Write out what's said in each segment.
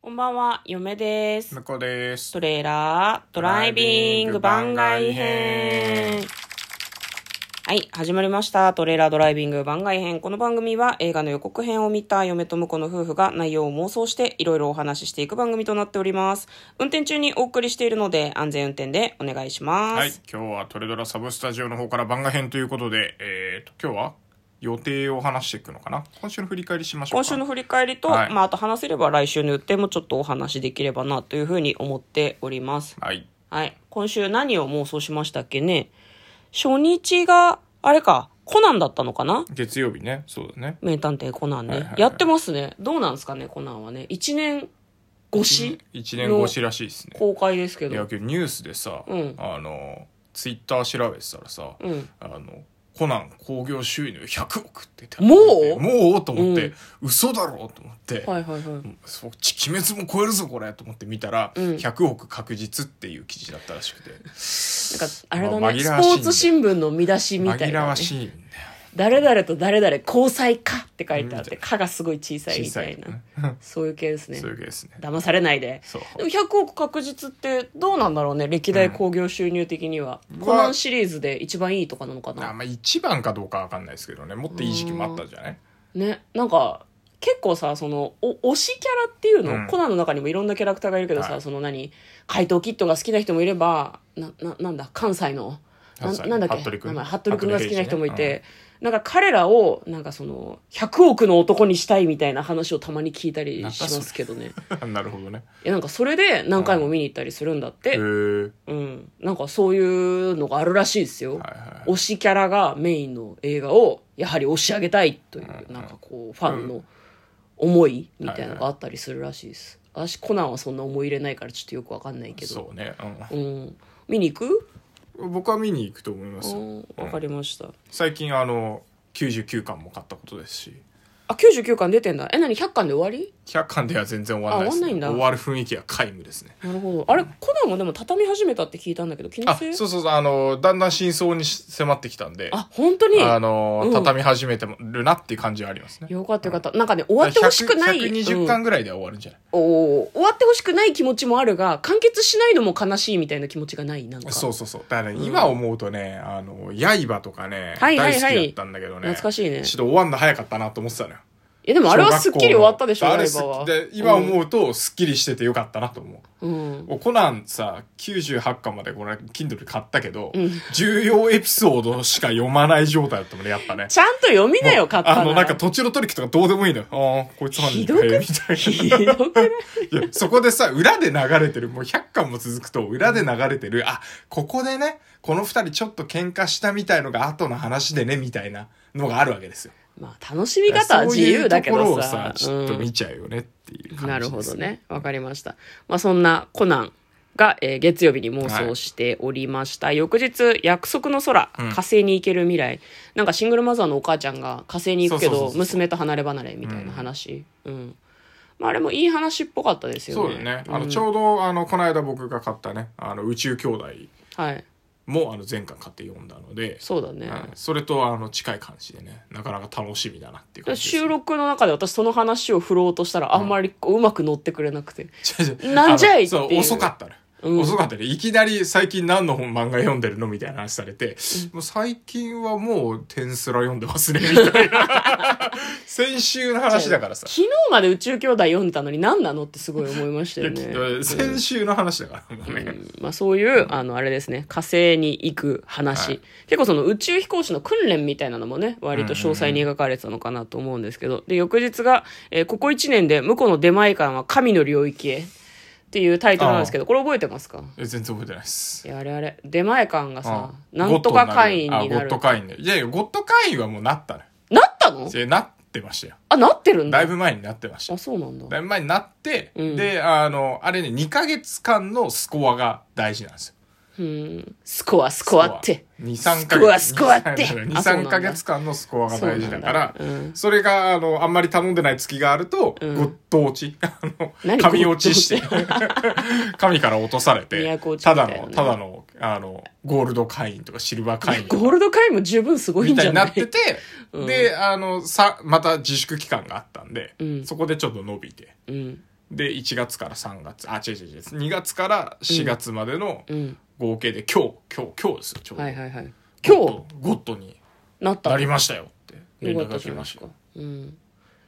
こんばんは、嫁です。向こうです。トレーラードライビング番外編。はい、始まりました。トレーラードライビング番外編。この番組は映画の予告編を見た嫁と婿の夫婦が内容を妄想していろいろお話ししていく番組となっております。運転中にお送りしているので安全運転でお願いします。はい、今日はトレドラサブスタジオの方から番外編ということで、えー、と今日は予定を話していくのかな今週の振り返りしましょう今か週の振り返りと、はいまあ、あと話せれば来週の予定もちょっとお話しできればなというふうに思っております。はいはい。今週何を妄想しましたっけね初日が、あれか、コナンだったのかな月曜日ねそうだね名探偵コナンね、はいはいはいやってますね。どうなんですかね、コナンはね。1年越し1年越しらしいですね公開ですけいやど。けどニュースでさ、うんあのツイッター調べてたらさ、うんあのコナン興行収入100億って出てもうもうと思って、う嘘だろうと思って、はいはいはい。そっち鬼滅も超えるぞこれと思って見たら、うん100億確実っていう記事だったらしくてなんか、あれだね、まあ紛スらポわしいんだよーツ新聞の見出しみたい紛らな、わね。しいん誰々と誰々交際かって書いてあっうて、んかがすごい小さだいよみ小さたいいな。ねそういう系ですねそ。ういうわけですね騙されないで。そうでも100億確実ってどうなんだろうね歴代興行収入的には、うんコナンシリーズで一番いいとかなのかあなまあ一番かどうかわかんないですけどねもっといい時期もあったんじゃないねなんか結構さそのお推しキャラっていうの、うんコナンの中にもいろんなキャラクターがいるけどさ、はいその何怪盗キッドが好きな人もいればなななんだ関西のな関西のなんだっけ服部君名前服部君が好きな人もい服部平て、なんか彼らをなんかその100億の男にしたいみたいな話をたまに聞いたりしますけどねなるほどねい やなんかそれで何回も見に行ったりするんだって、へーうん、なんかそういうのがあるらしいですよ、はいはい推しキャラがメインの映画をやはり押し上げたいというなんかこうファンの思いみたいなのがあったりするらしいです私コナンはそんな思い入れないからちょっとよくわかんないけどそうね、うん見に行くうん、僕は見に行くと思いますようんわかりました最近あの99巻も買ったことですしあ99巻出てんだえ何100巻で終わり100巻では全然終わらないです、あ終わんないんだ終わる雰囲気は皆無ですねなるほどあれコナンもでも畳み始めたって聞いたんだけど気のあせそいうそうそうあのだんだん真相にし迫ってきたんであ本当にあの、うん畳み始めてるなっていう感じはありますねよかったよかったなんかね終わってほしくないう100ん120巻ぐらいでは終わるんじゃない、おー終わってほしくない気持ちもあるが完結しないのも悲しいみたいな気持ちがないなんかそうそうそうだからね、今思うとねあの刃とかね、はいはいはい大好きだったんだけどね懐かしいねちょっと終わんの早かったなと思ってたのよいやでもあれはすっきり終わったでしょあライれバーはで今思うとすっきりしててよかったなと思う、うんおコナンさ98巻までこれ Kindle で買ったけど、ん重要エピソードしか読まない状態だったもんねやっ ぱねちゃんと読みなよ買ったらあのなんか土地のトリックとかどうでもいいのよああこいつ犯ひ人どくへえみたいなひどくないいや、そこでさ、裏で流れてる、もう100巻も続くと、裏で流れてる、あ、ここでね、この二人ちょっと喧嘩したみたいのが後の話でね、みたいなのがあるわけですよ。まあ楽しみ方は自由だけそういうとこどろをささ、ちょっとうん見ちゃうよねっていう感じです、なるほど。ねわかりました、まあ、そんなコナンが、えー月曜日に妄想しておりました、翌日「約束の空、うん火星に行ける未来」なんかシングルマザーのお母ちゃんが火星に行くけそうそうどそうそう娘と離れ離れみたいな話うん、まあ、あれもいい話っぽかったですよねそうだね。あの、うんちょうど、あの、この間僕が買ったね、あの、宇宙兄弟はいも、あの、前回買って読んだので、そうだね、うんそれと、あの、近い感じでね、なかなか楽しみだなっていう感じです、収録の中で私その話を振ろうとしたらあんまりこううまく乗ってくれなくて、違う違うなんじゃいあのっそていうう遅かったね、うん遅かったねいきなり最近何の本漫画読んでるのみたいな話されて、もう最近はもう「天すら読んでますね」みたいな 先週の話だからさ、昨日まで宇宙兄弟読んでたのに何なのってすごい思いましたよいねやきっと先週の話だからもうね、うんまあ、そういう、あの、あれですね、火星に行く話、はい結構その宇宙飛行士の訓練みたいなのもね、割と詳細に描かれてたのかなと思うんですけど、で、翌日が、えーここ1年で、向こうの出前館は神の領域へっていうタイトルなんですけど、これ覚えてますかえ全然覚えてないですいや、あれあれ、出前館がさ、うんなんとか会員になゴッるド。会員ねいやいやゴッド会員はもうなったねなったのいやなってましたよあ、なってるんだ。だいぶ前になってましたあ、そうなんだだ。いぶ前になって、うんであのあれね2ヶ月間のスコアが大事なんですようん。スコア、スコアって。 23スヶコア月スコア ってあそうなん23だヶ月間のスコアが大事だからそうなんだうんそれがあのあんまり頼んでない月があるとうんご当落ちあの何神落ちしてご神から落とされて都落ちみたたいなだねのただのあのゴールド会員とかシルバー会員とゴーかルド会員も十分すごいんみたじいゃにななっていてであのさまた自粛期間があったんでうんそこでちょっと伸びてうん。で1月から3月あ違う違う違う2月から4月までのうん。合計で今日今日今日ですよちょうど、はいはいはい。今ゴッ日ドゴッドになったなりましたよって連よか絡ったがじ来ゃないでましすたか。うん。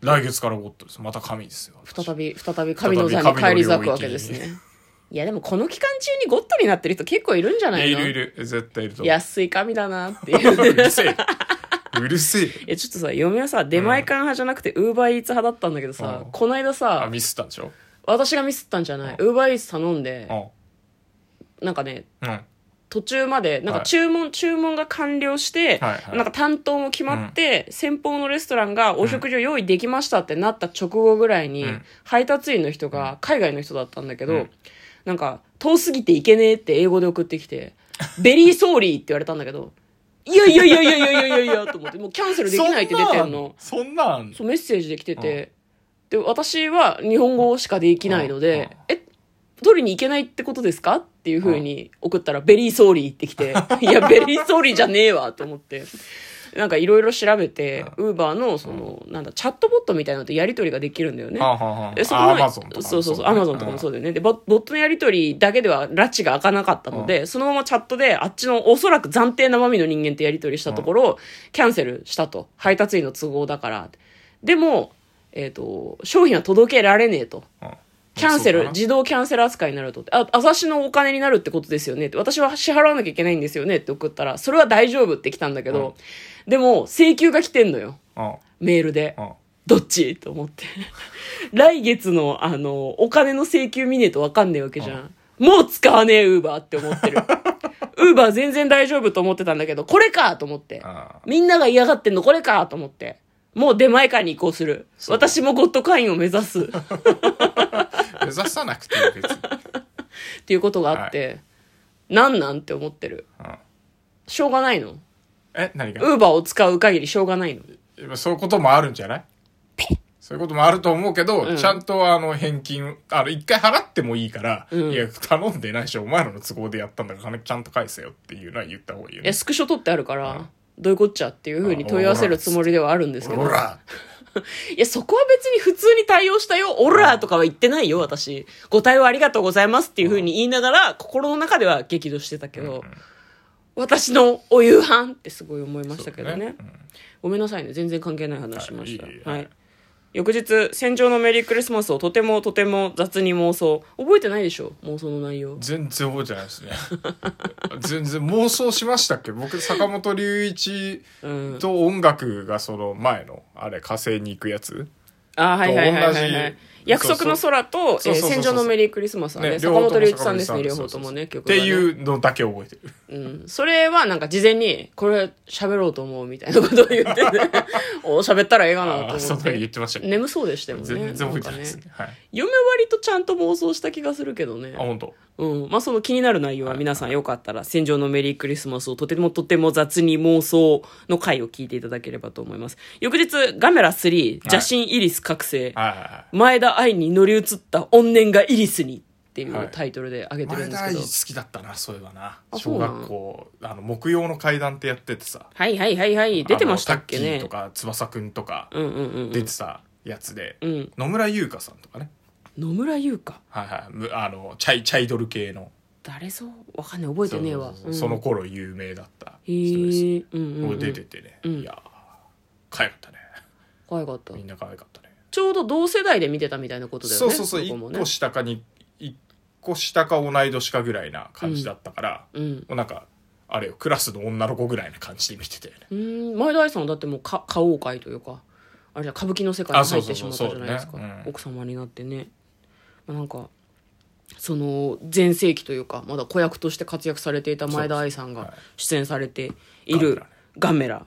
来月からゴッドですまた神ですよ私再び、再び神の座に返り咲くわけですね再び神の領。いやでもこの期間中にゴッドになってる人結構いるんじゃいなやいいのるいる絶対いると思う安い神だなっていう。 うるせえうるせえいやちょっとさ嫁はさ出前館派じゃなくてウーバーイーツ派だったんだけどさ、うんこの間あさミスったんでしょ私がミスったんじゃないウーバーイーツ頼んでうなんかねんうん途中までなんかはい注文、注文が完了して、はいはいなんか担当も決まって、先方のレストランがお食事を用意できましたってなった直後ぐらいに、うん配達員の人が海外の人だったんだけど、うんなんか遠すぎていけねえって英語で送ってき て「ベリーソーリー」って言われたんだけど「いやいやいやいやいやいやいや」と思ってもうキャンセルできないって出てんの。そんなんあんのそうメッセージで来てて、で私は日本語しかできないので「え取りに行けないってことですか?」っていうふうに送ったら「ベリーソーリー」って来 て「いやベリーソーリーじゃねえわ」と思って。なんかいろいろ調べて、ウーバーの、その、なんだ、チャットボットみたいなのとやり取りができるんだよね。はあはあはでそこあのアマゾンとかもそうそうそう、アマゾンとかもそうだよね。で、ボボットのやり取りだけでは拉致が開かなかったので、そのままチャットで、あっちのおそらく暫定生身の人間とやり取りしたところ、キャンセルしたと。配達員の都合だから。でも、えっ、と、商品は届けられねえと。うんキャンセそうル、かな自動キャンセル扱いになると。あ、あざしのお金になるってことですよねって。私は支払わなきゃいけないんですよねって送ったら、それは大丈夫って来たんだけど、でも、請求が来てんのよ。メールで。うんうんどっちと思って。 来月の、あの、お金の請求見ねえとわかんねえわけじゃん。もう使わねえ、ウーバーって思ってる。ウーバー全然大丈夫と思ってたんだけど、これかと思って。あみんなが嫌がってんのこれかと思って。もう出前館に移行する。そう私もゴッド会員を目指す。っ目指さなくていいよ別に、ていうことがあって、なんなんって思ってる。うんしょうがないの。え何がウーバーを使う限りしょうがないの。やっぱそういうこともあるんじゃないそういうこともあると思うけど、うんちゃんとあの返金、あの一回払ってもいいから、うんいや、頼んでないし、お前らの都合でやったんだから金ちゃんと返せよっていうのは言った方がいいよいや、ね。スクショ取ってあるから、どういうこっちゃっていうふうに問い合わせるつもりではあるんですけどほ。らいや、そこは別に普通に対応したよ。オラーとかは言ってないよ、私。ご対応ありがとうございますっていうふうに言いながら、心の中では激怒してたけど、私のお夕飯ってすごい思いましたけどね。ごめんなさいね、全然関係ない話しました。あいいいいははいい。翌日、戦場のメリークリスマスをとてもとても雑に妄想。覚えてないでしょ妄想の内容。全然覚えてないですね。 全然妄想しましたっけ僕、坂本隆一うん。と音楽がその前の、あれ、火星に行くやつ、あー、はいはいはいはい、は同いじ。約束の空と、えそうそーうそうそうそう戦場のメリークリスマスはね、坂本龍一さんですね、両方ともね、っ曲が、てね。いうのだけ覚えてる。うん、それはなんか事前に、これ喋ろうと思うみたいなことを言って ね、お喋ったらええかなああ、と そ思のっ。時言っててましたっけ眠そうでしたよね。全然覚えてないですんかね。はい。嫁割とちゃんと妄想した気がするけどねあ、。本当。うん。まあその気になる内容は皆さんよかったら、戦場のメリークリスマスをとてもとても雑に妄想の回を聞いていただければと思います。翌日、ガメラ3、邪神イリス覚醒、はいはいはい。前田愛に乗り移った怨念がイリスにっていうはいタイトルで上げてる前んです田け愛ど。好きだったなそういえばなあそう小なの学校あの木曜の階段ってやっててさはいはいはいはい。出てましたっけあのタッキーねと。か翼くんとかうんうんうんうん。出てたやつで、うん野村優香さんとかね野村優香はいはいむあのチャイチャイドル系の誰そうわかんない覚えてねえわそううそうんそうその頃有名だったへ人ですえうんうんうもんう出ててね、うんいやー可愛かったね可愛かったみんな可愛かったねちょうど同世代で見てたみたいなことだよねそうそうそうの子も1ね個下かに1個下か同い年かぐらいな感じだったから、うんもうなんかあれよクラスの女の子ぐらいな感じで見てて、ね、うーん前田愛さんはだってもうか花王会というかあれじゃ歌舞伎の世界に入ってしまったじゃないですかあそうそうそうそうだねうん奥様になってね、まあ、なんかその全盛期というかまだ子役として活躍されていた前田愛さんそうがそうはい出演されているガメラ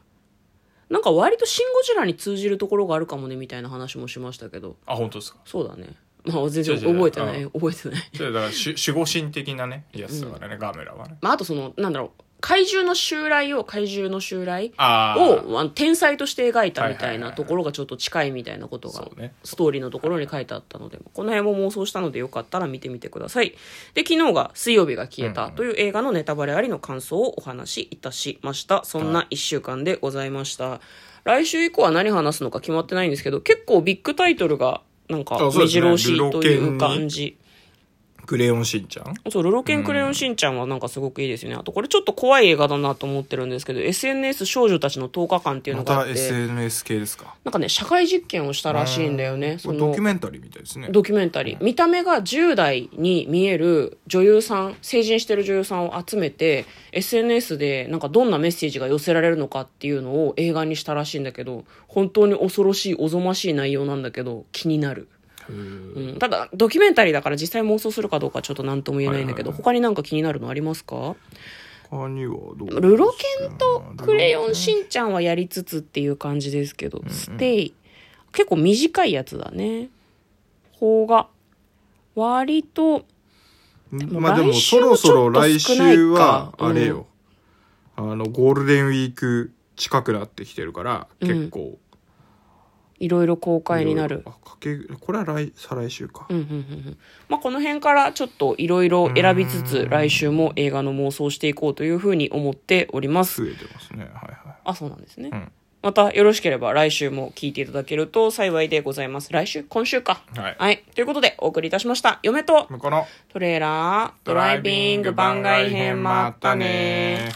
なんか割と「シン・ゴジラ」に通じるところがあるかもねみたいな話もしましたけどあ本当ですかそうだね。まあ全然違う違う覚えてない。う覚えてない。それだからし守護神的なねやつだからね、ガメラはねまああとその、なんだろう。怪獣の襲来を、怪獣の襲来ああをあの天才として描いたみたはいはいいはいなはいところがちょっと近いみたいなことがそうねストーリーのところに書いてあったのでこの辺も妄想したのでよかったら見てみてくださいで昨日が「水曜日が消えた」という映画のネタバレありの感想をお話しいたしましたそんな1週間でございました来週以降は何話すのか決まってないんですけど結構ビッグタイトルがなんかあそう目ですね白押しといルロケンうに感じクレヨンしんちゃんそう「ルロケンクレヨンしんちゃん」はなんかすごくいいですよねあとこれちょっと怖い映画だなと思ってるんですけど SNS 少女たちの10日間っていうのまがあたって、 SNS 系ですかなんかね社会実験をしたらしいんだよねこそれドのキュメンタリーみたいですねドキュメンタリー見た目が10代に見える女優さん成人してる女優さんを集めて SNS でなんかどんなメッセージが寄せられるのかっていうのを映画にしたらしいんだけど本当に恐ろしいおぞましい内容なんだけど気になる、うんうん、ただドキュメンタリーだから実際妄想するかどうかちょっと何とも言えないんだけど、はいはいはい他になんか気になるのありますか他にはどうですかルロケンとクレヨンんしんちゃんはやりつつっていう感じですけど、ステイ。結構短いやつだね。方が。割と、まあでも来そ週ろもそろ来ちょっと少ないか週はあれよ、あのゴールデンウィーク近くなってきてるからうん結構いろいろ公開になるあ。かけこれは来再来週か、うんうんうんうんまあ、この辺からちょっといろいろ選びつつ、来週も映画の妄想をしていこうというふうに思っております。増えてますねはいはあ、そうなんですね。うんまたよろしければ来週も聞いていただけると幸いでございます。来週今週か。いはい、はい。ということでお送りいたしました。嫁と向こうのトレーラードドラライイビビンンググ番番外外編編ももああっったたねね。